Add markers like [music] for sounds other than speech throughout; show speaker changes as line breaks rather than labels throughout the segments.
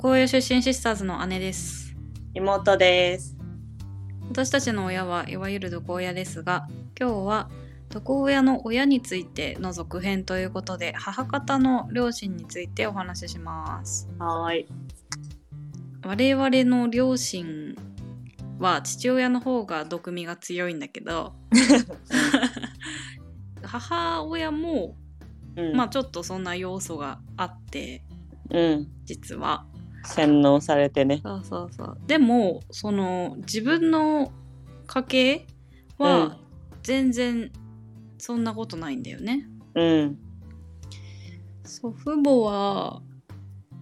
公湯出身シスターズの姉です
妹です。
私たちの親はいわゆる毒親ですが今日は毒親の親についての続編ということで母方の両親についてお話しします
はーい。
我々の両親は父親の方が毒味が強いんだけど母親も、
うん。
まあちょっとそんな要素があって
うん。
実は
洗脳されてね。
そうそうそうでもその自分の家系は全然そんなことないんだよね、
うん。
祖父母は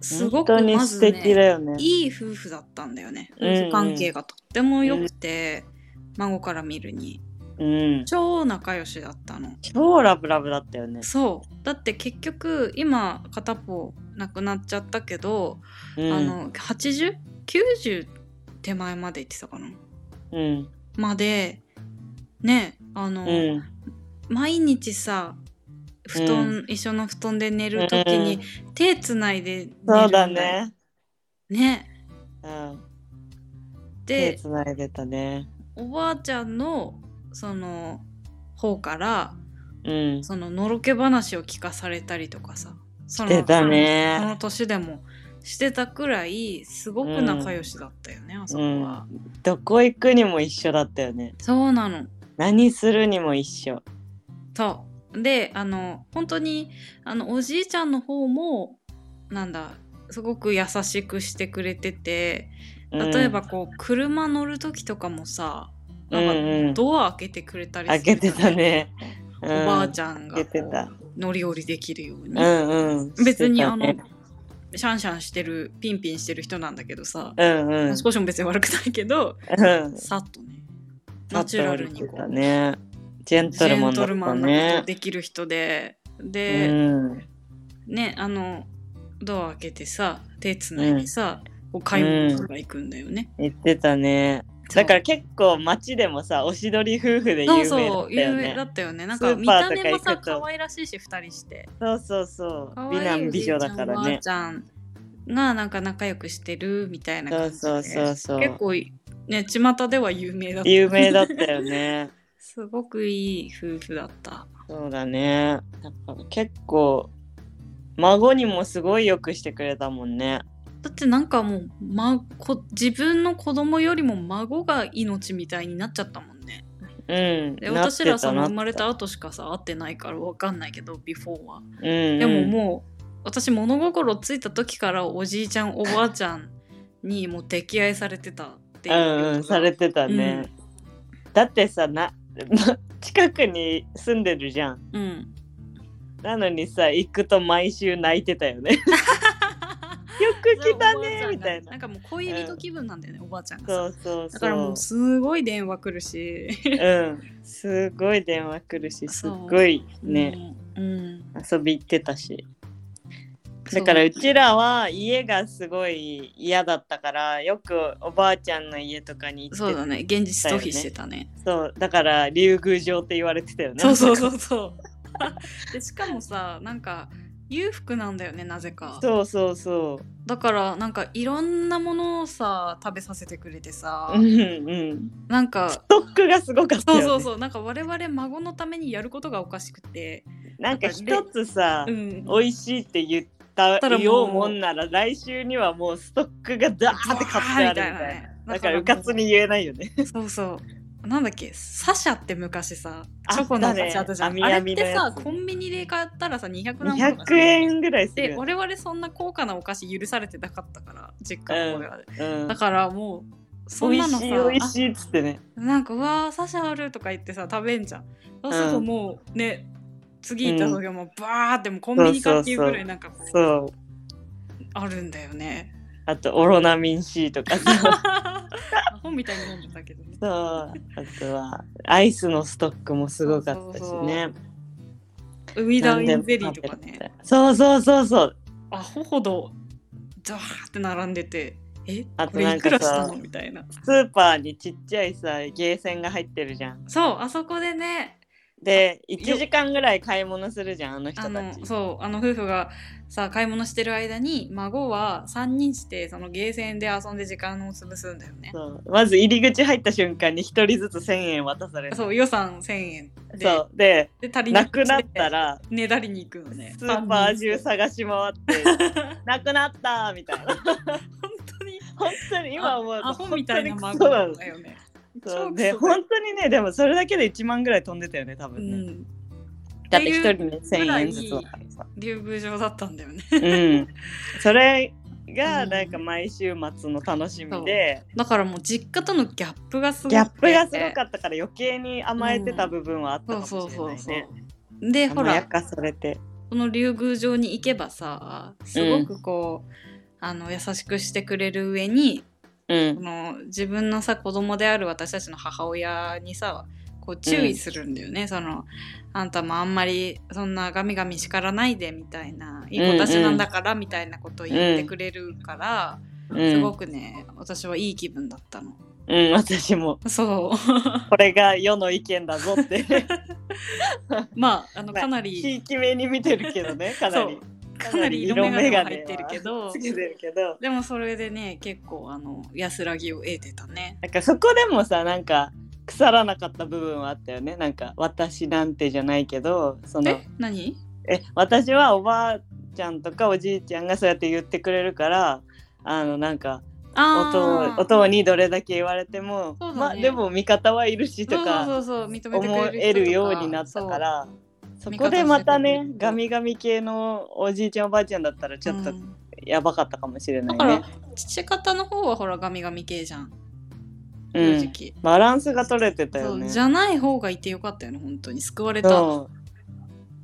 すご
本
く
当に
ま
素
ず、ね、
敵だよね。
いい夫婦だったんだよね
うん
夫婦関係がとっても良くて、孫から見るに
うん。
超仲良しだったの
超ラブラブだったよね。
そうだって結局今片方亡くなっちゃったけど、
うん。
あの8090手前まで行ってたかな
うん。
までねあの、
うん。
毎日さ布団、一緒の布団で寝る時に、手つないで寝るんだよ
そうだね。
ね
うん。手
で
つないでたね。
おばあちゃんのその方から
うん。
そののろけ話を聞かされたりとかさその
してた
その
ね。
年でもしてたくらいすごく仲良しだったよね、あそこは、
どこ行くにも一緒だったよね。
そうなの
何するにも一緒。
そうであの本当にあのおじいちゃんの方もなんだすごく優しくしてくれてて
うん
例えば、こう、車乗る時とかもさ
う
なんか
んうん。
ドア開けてくれたり
開けてた
じゃん
ね。お
おばあちゃんが
開けてた
こう乗り降りできるように、
うんうん。してたね
別にあのシャンシャンしてるピンピンしてる人なんだけどさ、
うんうん。
少しも別に悪くないけど
うん。
さっとね
ナ
ナチ
チュ
ュ
ラ
ラ
ル
ル
に
に
こ
こ
う。
う
ね、ジェン
ジ
トル
ェン
マンだ
ト
っ
ル
た
マンなこ
ね
と。できる人で
う
で、
ん、
ねあのドア開けてさ手つないでさ、こう買い物とか行くんだよね、
言ってたね。だから結構街でもさ、おしどり夫婦で有
そう
名だ
そう
った
有
よ
名だ
ね。
ったよねなん
ス
か
ー
見
パーと
た
か
目もさ
行くと
可愛らしいし2人して
そうそうそう
可愛
美
い
男
お
美
じいちゃ
女
ん
だから
おばあ
ね。
ちゃんがなんか仲良くしてるみたいな感じで
そうそうそうそう
結構いね巷では有名だった
有名だったよね。
[laughs] すごくいい夫婦だった
そうだね。だから結構孫にもすごいよくしてくれたもんね。
だってなんかもう、ま、こ自分の子供よりも孫が命みたいになっちゃったもんね。
うん。
で
なって
私ら
た
その生
なってた
まれた後しかさ会ってないからわかんないけどビフォーは。
うんうん、
でももう、私物心ついた時からおじいちゃんおばあちゃんにもう溺愛されてたっていうう。
んうんされてたね、だってさな [laughs] 近くに住んでるじゃん [laughs]
うん。
なのにさ行くと毎週泣いてたよ
[laughs]
ねよく来たねみたい
な
なん
かもう恋人気分なんだよね、おばあちゃんが
そ
さ。
うそうそう
だからもうすごい電話来るし。
うんすごい電話来るしす
そ
っ
う
ごいね、
[laughs] うん。うん。
遊び行ってたしだからうちらは家がすごい嫌だったからよくおばあちゃんの家とかに行って
そうだね現実逃避してたね
そうだから竜宮城って言われてたよね
そうそうそうそう [laughs] でしかもさなんか裕福なんだよねなぜか
[laughs] そうそうそう
だからなんかいろんなものをさ食べさせてくれてさ、
うんうん、
なん
ス
か
トックがすごかった
そう
よ、ね、
そうそうなんか我々孫のためにやることがおかしくて、
なんか一つさ、
うん、
美味しいって言った
たらもう
ようもんなら来週にはもうストックがダーって買ってあるみたいなだからうかつに言えないよね
そうそうなんだっけサシャって昔さ
あ
チョコのサシャあったじゃんあ,、
ったね
れ
網
っ
網の
て
や
さ
つ
コンビニで買ったらさ200何本かす
200
る
円ぐらいする
で
よね、
我々そんな高価なお菓子許されてなかったから実家の方では、
うん
だからもうそん
美
な
味
の
し
さ
い美味しいっつってね
あなんか「うわーサシャある」とか言ってさ食べんじゃんそうするともうね、次行った時はもうバーってもうコンビニかっていうぐらいなんかこう
そう
あるんだよ
[laughs]
ね
あとオロナミン C と
[laughs]
かさ
アホみたいに飲んでたけどね
そうあとはアイスのストックもすごかったしね
海ダ
何
イ
で
ン
も
ゼリーとか
食べ
ね
てそうそうそうそう
アホほどザーって並んでてえ
あ
ことれ
ないん
く
からさ
したのみたいな
スーパーにちっちゃいさゲーセンが入ってるじゃん
そうあそこでね
で1時間ぐらい買い物するじゃんあの人
あ
た
の
ち。
そうあの夫婦がさ買い物してる間に孫は3人してそのゲーセンで遊んで時間を潰すんだよね
そうまず入り口入った瞬間に1人ずつ1,000円渡される
そう予算1000円で
そうで
で足り
な
な
く
く
な
な
っ
ったたら
ら
ねだりに行くのね
スーパー中探し回って「なくなった!」みたいな
本当に
本当に今思うと
アホみたいな
本
孫
当にクソなの
だよね
そう
超ク
で
ソだよ
本当にねでもそれだけで1万ぐらい飛んでたよね多
う
分ね、
ん
だって1人に1000円ずつだからさ
竜宮城だったんだよね [laughs]
うんそれが
うん
なんか毎週末の楽しみで、
だからもう実家とのギャップがすごく
ギ
て
ャップがすごかったから余計に甘えてた部分はあったかもし
そう
れ
そ
な
う
い
そう
ね。
そうでほ
甘や
ら
かされて。
この竜宮城に行けばさすごくこう、あの優しくしてくれる上に
う
こ
ん、
の自分のさ子供である私たちの母親にさこう注意するんだよね、そのあんたもあんまりそんなガミガミ叱らないでみたいないい子たちなんだからみたいなことを言ってくれるから、
うん、
すごくね私はいい気分だったの
うん、私も
そう [laughs]
これが世の意見だぞって [laughs]
まああのかな
ひ
り
いき目に見てるけどねかなり
かなり色眼鏡が入ってるけ
[laughs]
ど
つけてるけど
でもそれでね結構あの安らぎを得てたね
なんかそこでもさなんか腐らなかった部分はあったよねなんか私なんてじゃないけどその
え何
え私はおばあちゃんとかおじいちゃんがそうやって言ってくれるからあのなんか
あ
音
あ
を音にどれだけ言われても、
そうだね
まあでも味方はいるしとか
そうそうそうそう認めてく
思
れる人とか
えるようになったからそこでまた
味方してくれる
ね
人
ガミガミ系のおじいちゃんおばあちゃんだったらちょっと
うん
やばかったかもしれな
だ
い
から
ね、
父方の方はほらガミガミ系じゃん
うん
正直、
バランスが取れてた
そ
よ
う
ね
じゃない方がいてよかったよね本当に救われた、う、
そ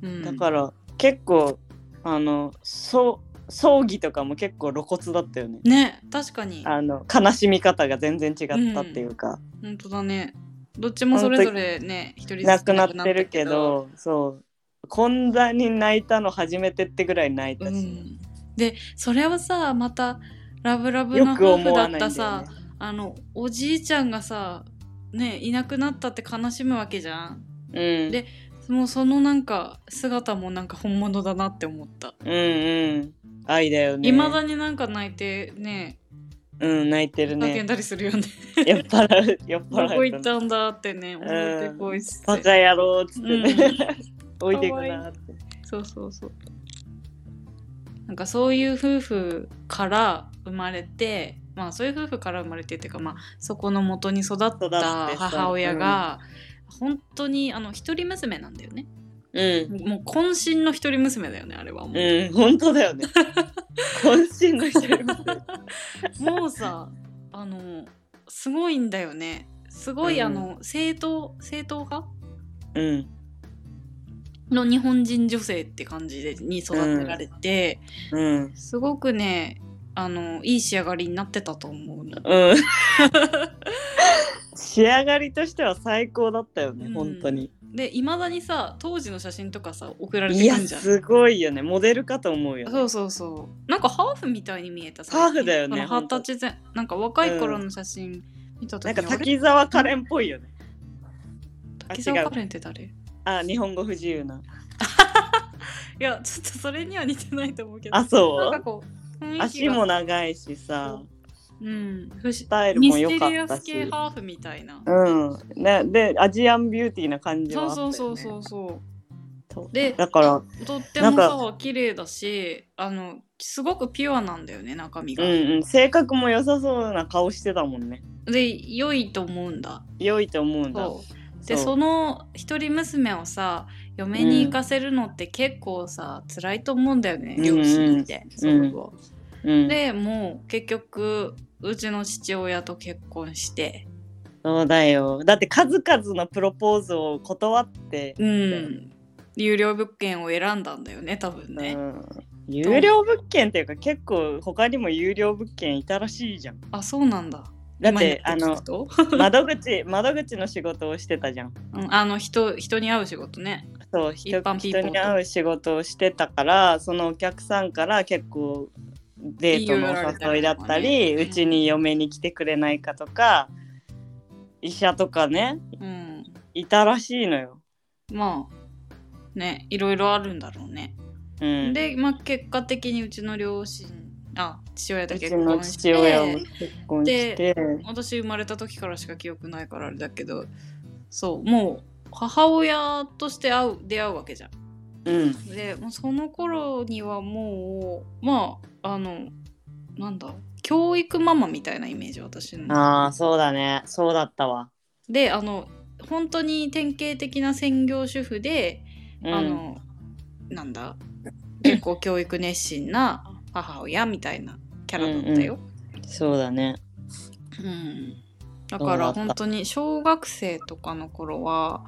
うんだから結構あのそう葬儀とかも結構露骨だったよね
ね確かに
あの悲しみ方が全然違ったっていうか、
本当だねどっちもそれぞれね一人ずつ
亡くなってるけどそうこんなに泣いたの初めてってぐらい泣いた
う
し、
ん、でそれはさまたラブラブの
よく
夫婦
思
だっ
わないんだ
た
よ
さ、
ね。
あのおじいちゃんがさねいなくなったって悲しむわけじゃん
うん、
でもうそのなんか姿もなんか本物だなって思った
うんうん愛だよね
いま、未だになんか泣いてね
うん泣いて
叫
るね
んだりするよね
酔っ払う酔っ
どこ行
払
っ
うと
たんだってね、
ん
覚えてこいっつっ
バ
て。
カ野郎っつってね、おいてくなーって
そうそうそう。なんかそういう夫婦から生まれて、まあそういう夫婦から生まれてっていうか、まあそこの元に育っ
育って
た母親が、本当にあの一人娘なんだよね。
うん
もう渾身の一人娘だよね、あれはもう。
うん本当だよね渾
[laughs]
身の人います
もうさ、あの、すごいんだよね。すごい、
うん
あの、正統、正統派
うん
の日本人女性って感じでに育てられて、
うん
すごくねあのいい仕上がりになってたと思うの。
うん
[laughs]
仕上がりとしては最高だったよね、
うん
本当に
でいまだにさ当時の写真とかさ送られて
い
く
や
んじゃん。そ
すごいよねモデルかと思うよ、ね、
うそうそうなんかハーフみたいに見えた
ハーフだよね
最近その二十歳前なんか若い頃の写真見た時
な
に、
んか
あれ
滝沢カレンっぽいよね
滝
あ違
沢
う
カレンって誰い
あ日本語不自由な
やちょっとそれには似てないと思うけど
あ
なん
そ
か
う
こう雰囲気が
足も長いしさ
うん不思
スタイル
ミ
も
ス
良
テ
か
リ
っ
ア
た
ス
し
系ハーフみたいな、
うんね、でアジアンビューティーな感じは
そ
あっ
う
た
そ
よ、
う
ね、
そうそうそう
そう
で
だから
とっても
な
さ綺麗だしあのすごくピュアなんだよね中身
う
が、
んうん性格も良さそうな顔してたもんね
で良いと思うんだ
良いと思うんだ
そうでその一人娘をさ嫁に行かせるのって結構さ、辛いと思うんだよね
うん
両親って、
うん
そう
うん
でもう結局うちの父親と結婚して
そうだよだって数々のプロポーズを断って、
うん、
ん
有料物件を選んだんだよね多分ね、
うん有料物件っていうか結構他にも有料物件いたらしいじゃん
あそうなんだ
だっ
今
て
にな
あ
って聞
の
くと
窓口窓口の仕事をしてたじゃん
うんあの人人に会う仕事ね
そう
一
人
般ピー
人
ポーと
に会う仕事をしてたからそのお客さんから結構デートのお誘いだった
いい
り
よ
うちに嫁に来てくれないかとか医者とかね
うん
いたらしいのよ。
まあねいろいろあるんだろうね。
うん、
で、まあ、結果的にうちの両親あ父親と
う
結
ちの
婚し
父
て
親も結婚して
私生まれた時からしか記憶ないからあれだけどそうもう母親として会う出会うわけじゃん。
うん
でもうその頃にはもうまああのなんだ教育ママみたいなイメージ私の。
ああそうだねそうだったわ、
であの本当に典型的な専業主婦で、
うん、
あのなんだ結構教育熱心な母親みたいなキャラだったよ。
そうだね
うん、だから
そうだった
本当に小学生とかの頃は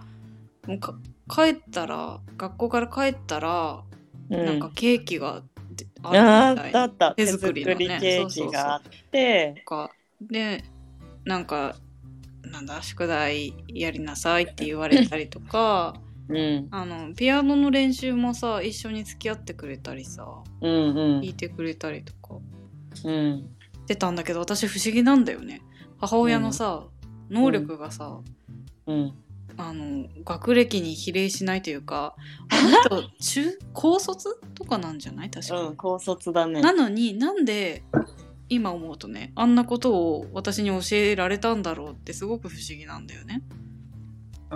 もうか帰ったら学校から帰ったら、
うん
なんかケーキがであ
あ
るみ
ー
たい
だ
な
った
手
手
作
作
り
り
のね
ケーキがあって
かでなんかなんだ宿題やりなさいって言われたりとか
うん
あのピアノの練習もさ一緒に付き合ってくれたりさ
うんう
弾
ん
いてくれたりとか
うん
してたんだけど私不思議なんだよね母親のさ、能力がさ、
うん
あの学歴に比例しないというかあの人中高卒とかなんじゃない確か、
うん高卒だね
なのになんで今思うとねあんなことを私に教えられたんだろうってすごく不思議なんだよね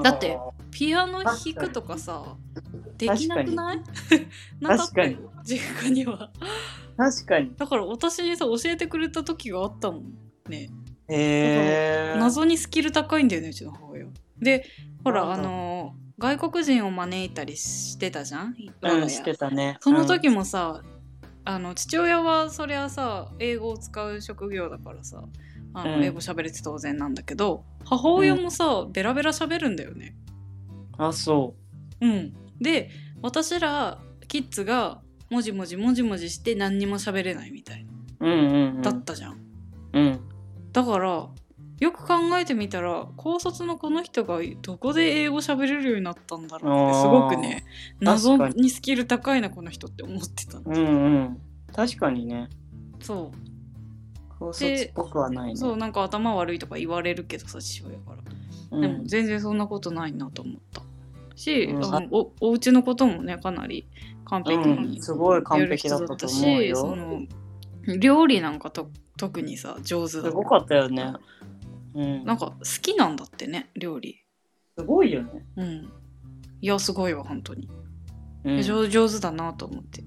だってピアノ弾くとかさできなくない [laughs] なかったよ実家には
確かに
だから私にさ教えてくれた時があったもんね
へえ
謎にスキル高いんだよねうちの母親でほら
な
あ
んだ
の外国人を招いたりしてたじゃん、我が
う
家
んしてたね
その時もさ、あの父親はそりゃさ英語を使う職業だからさあの、
うん
英語喋れて当然なんだけど母親もさ、ベラベラ喋るんだよね
うんあそ
うんで私らキッズがもじもじもじもじして何にも喋れないみたいな
ううんうんうん
だったじゃん
うん
だからよく考えてみたら高卒のこの人がどこで英語喋れるようになったんだろうって
あー
すごくね謎
確
にスキル高いなこの人って思ってた
うんうん確かにね
そ
高卒っぽくはないうね
そうなんか頭悪いとか言われるけどさ父親から、
うん
でも全然そんなことないなと思ったし、
うん
あのおお家のこともねかなり完璧
うん
に
すごい
や
完
る人
璧だ
だ
っ
った
と
た
思う
し、そ
よ
の料理なんかと特にさ上手だ
す
った
ごかったよねうん
なんか好きなんだってね料理
すごいよね
うん。いや、すごいわ、本当に。
うん
上上手だなと思って。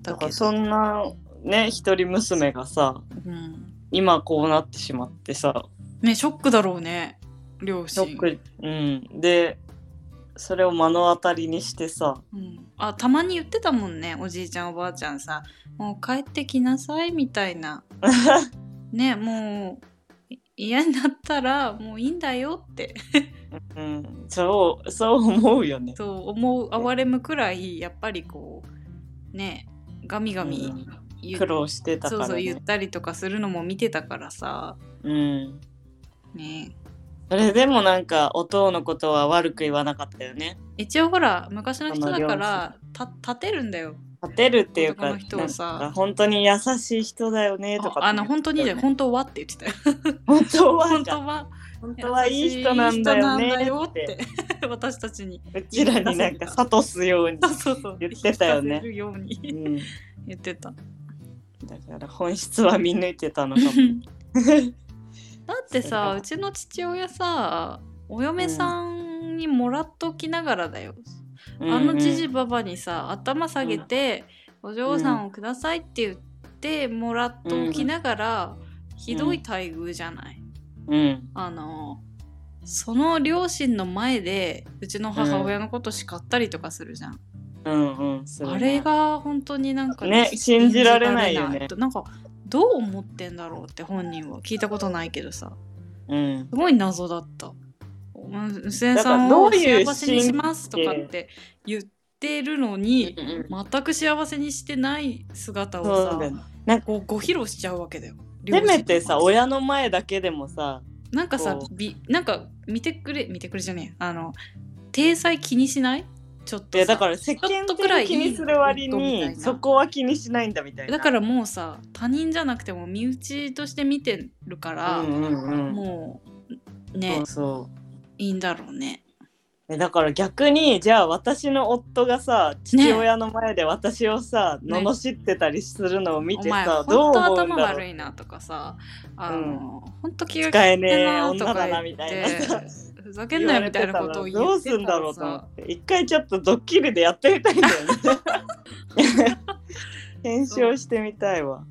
だ
だ
け
から
ど、
そんなね一人娘がさ
うん。
今こうなってしまってさ
ね、ショックだろうね、両
シ
親。
ョック、うん、でそれを目の当たりにしてさ
うん、あ、たまに言ってたもんね、おじいちゃん、おばあちゃんさ、もう帰ってきなさいみたい
[laughs]
な。ね、もう、い嫌になったらもういいんだよって、
うん、そうそう思うよね。
そう思う、哀れむくらい、やっぱりこう、ね、ガミガミ
うん
言
苦労してたか
そう
ら、ね。
そう言ったりとかするのも見てたからさ、
うん。
ね、
それでもなんかお父のことは悪く言わなかったよね。
一応ほら昔の人だからた立てるんだよ
立てるっていう
男
か
の人をさ
なんか本当に優しい人だよねとかって
ああの本当にだよ
言って
本当はって言ってたよ
たよね本当は
本
じゃん
当は
本当はいい人なんだ
優しい人な
よ
んだ
ね
よ
っ
って [laughs] て私たちに
うちらになんか諭すように
そうそうそう
言ってたよね
引き立てるよう
う
に
ん、だ
言って
[laughs]
ただ
から本質は見抜いてたのかも。
ってさうちの父親さお嫁さんにもらっときながらだよ、 [laughs] あのじじばばにさ頭下げて、お嬢さんをくださいって言ってもらっときながら、ひどい待遇じゃない、
うんうん
あのその両親の前でうちの母親のこと叱ったりとかするじゃん、
うんうんするね
あれが本当になんか
ね信じられないよね
信じられなんかどう思ってんだろうって本人は聞いたことないけどさ
うん
すごい謎だったうん娘
だか
さ
ら
ん
ど
を
ういう
幸せにしますとかって言ってるのに全く幸せにしてない姿
そう
を
だよ
さ
ね
ごご披露しちゃうわけだよ
せめてさ
両親
親の前だけでもさ
なんかさ
こ
びなんか見てくれ見てくれじゃねえあの体裁気にしないちょっとさ
いやだから世間
ちょっとくらい
体気にする割
いいよ
に
みたいな
そこは気にしないんだみたいな
だからもうさ他人じゃなくても身内として見てるから、
うんうんうん
もう
そ
ね
うそ
いいんだろうね
うえだから逆にじゃあ私の夫がさ父親の前で私をさ、
ね
罵ってたりするのを見
お
て
前
さ、
本
どう
当
思うん
頭
だろ
悪
う
いなとかさあの、本当気が利
使えね
い
え
なと
女
か
だな
言
み
った
いな
て
さ
ふざけんなよみたいなことを言ってたら
ど
さ
うすんだろうと思って一回ちょっとドッキリでやってみたいんだよね
[laughs]
検証してみたいわ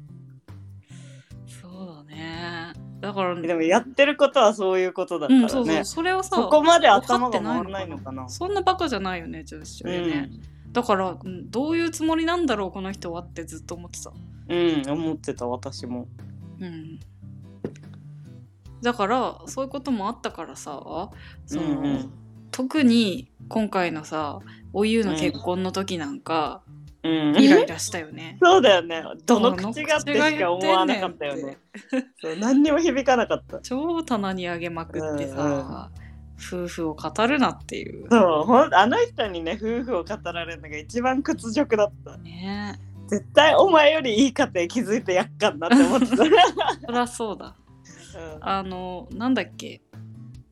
そうだねだから
でもやってることはそういうことだか
う
らね、
んそうそうそれをさ
そこまで頭が回ら
分
な
かって
いのかな
そんなバカじゃないよね女子はね、だからうんどういうつもりなんだろうこの人はってずっと思ってた
うん、うん、思ってた私も
うんだからそういうこともあったからさその、
うんうん
特に今回のさおゆうの結婚の時なんか、
うん
イライラしたよね
[laughs] そうだよね。どの
どの口
口
が
がってしか思わなかったよね。そう何にも響かなかった。
超棚にあげまくってさ、夫婦を語るなっていう
そうほんあの人にね夫婦を語られるのが一番屈辱だった
ね
絶対お前よりいい家庭築いてやっかんなって思って
[laughs]
た、
そりゃそうだ
うん
あのなんだっけ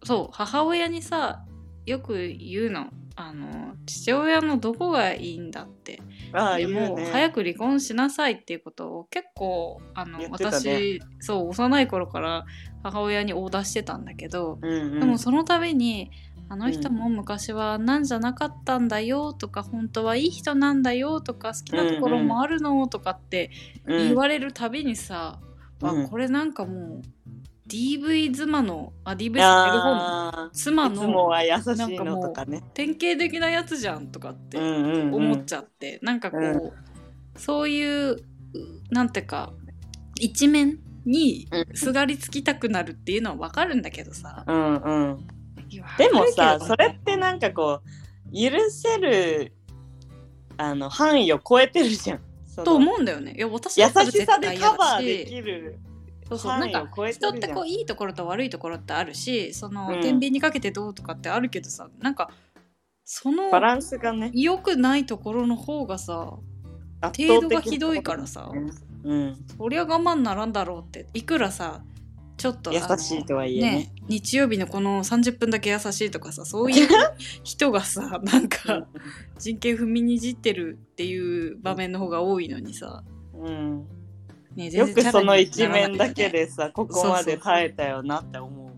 そう母親にさよく言うのあの父親のどこがいいんだって
ああ
で
言う
もう
ね
早く離婚しなさいっていうことを結構あの、
言ってたね
私そう幼い頃から母親にオーダーしてたんだけど、
うんうん、
でもその度にあの人
うん
も昔はあんなんじゃなかったんだよとか、本当はいい人なんだよとか好きなところもあるのとかって
うん
言われるたびにさ、あ
うん
これなんかもう DV 妻のあ DV っての
あ
妻
ーいつも
の
は優しいのとかね
典型的なやつじゃんとかって
うんうんうん
思っちゃって、なんかこう、
う
そういううなんていうか一面に
うん
すがりつきたくなるっていうのはわかるんだけどさ、
うんうんでもさそれって
ん
なんかこう許せるあの範囲を超えてるじゃんその
と思うんだよねいや私
優
だったら
しさで
絶対嫌
カ
だ
バー
し
できる
そうそうな
範
ん
囲を
か
超えて
人っ
る
て
じゃん
こういいところと悪いところってあるしその、
うん
天秤にかけてどうとかってあるけどさなんかその
バランスがね
良くないところの方がさ
圧倒的
程度がひどいからさ
うん、
そりゃ我慢ならんだろうっていくらさちょっと
優
あの
しいとはいえね
ね日曜日のこの30分だけ優しいとかさそういう人が
[laughs]
さなんか人権踏みにじってるっていう場面の方が多いのにさ、
うん、
ね、 [laughs] 全
よ
然
くその
チ
一
ャラ
面
にならな
だ
いよ
け
ね、
でさここまで耐えたよなって思う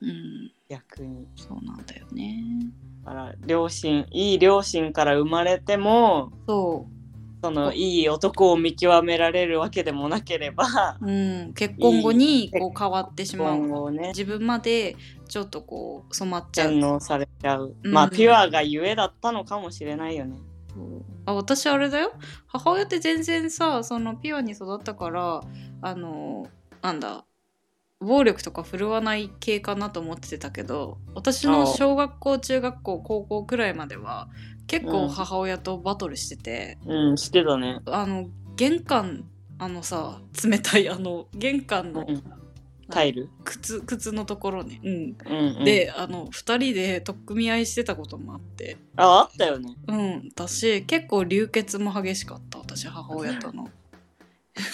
うん、
逆に
そうなんだよね
だから両親いい両親から生まれても
そ
そのいい男を見極められるわけでもなければ
う、うん、結婚後に
いい
こう変わってしま
今
う
後ね
自分までちょっとこう染まっちゃう
洗脳されちゃう、
うん
まあピュアがゆえだったのかもしれないよね
そうあ私あれだよ母親って全然さそのピュアに育ったからあのなんだ暴力とか振るわない系かなと思ってたけど私の小学校中学校高校くらいまでは結
う
構
ん
母親とバトルしてて、
うんしてたね
あの玄関あのさ冷たいあの玄関の
うんタイル、
靴靴のところね、うん
うんうん、
であの2人で取っ組み合いしてたこともあって
ああったよね
うん、だし結構流血も激しかった私母親との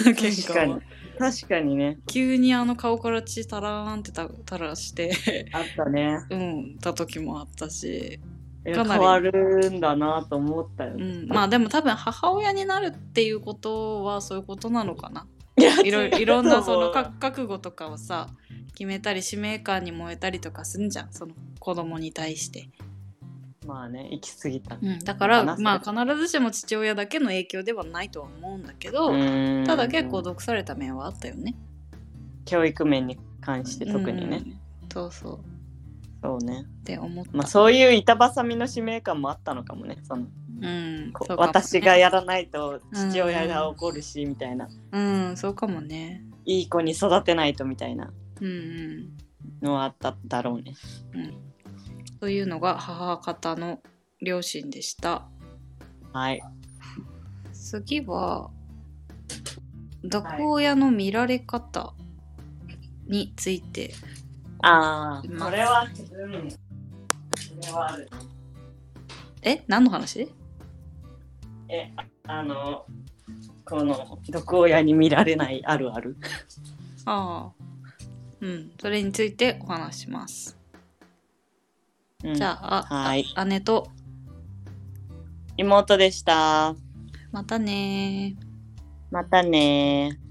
喧
[laughs]
嘩
確か
は
に確かにね
急にあの顔から血たらーんってたたらして [laughs]
あったね
うんた時もあったし、
いや
かなり
変わるんだなと思ったよ
う
ね、
ん、まあでも多分母親になるっていうことはそういうことなのかない
や
いろい
違う [laughs]
ろいろんなそ
と
の
思う
か覚悟とかをさ決めたり使命感に燃えたりとかすんじゃんその子供に対して、
まあね行き過ぎた
うん、だから
話せ
まあ必ずしも父親だけの影響ではないとは思うんだけど、ただ結構
うん
毒された面はあったよね
教育面に関して特にね、
うんそうそう
そうね
って思った、
まあそういう板挟みの使命感もあったのかもねその
うん
こ
そうかもね
私がやらないと父親が怒るしみたいな、
うんそうかもね
いい子に育てないとみたいな
うんうん
のはあっただろうね
というのが母方の両親でした
はい
次は毒親の見られ方について、
あ
ま
あ
あ
これはうんそれはある
え何の話
えあのこの毒親に見られないあるある
ああうんそれについてお話します
うん
じゃああ
はい
あ姉と
妹でした。
またねー。
またねー